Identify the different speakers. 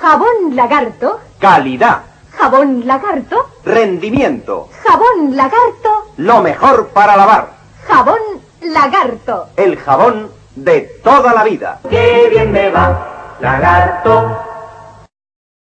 Speaker 1: Jabón lagarto,
Speaker 2: calidad,
Speaker 1: jabón lagarto,
Speaker 2: rendimiento,
Speaker 1: jabón lagarto,
Speaker 2: lo mejor para lavar.
Speaker 1: jabón lagarto.
Speaker 2: El jabón de toda la vida.
Speaker 3: Qué bien me va, lagarto,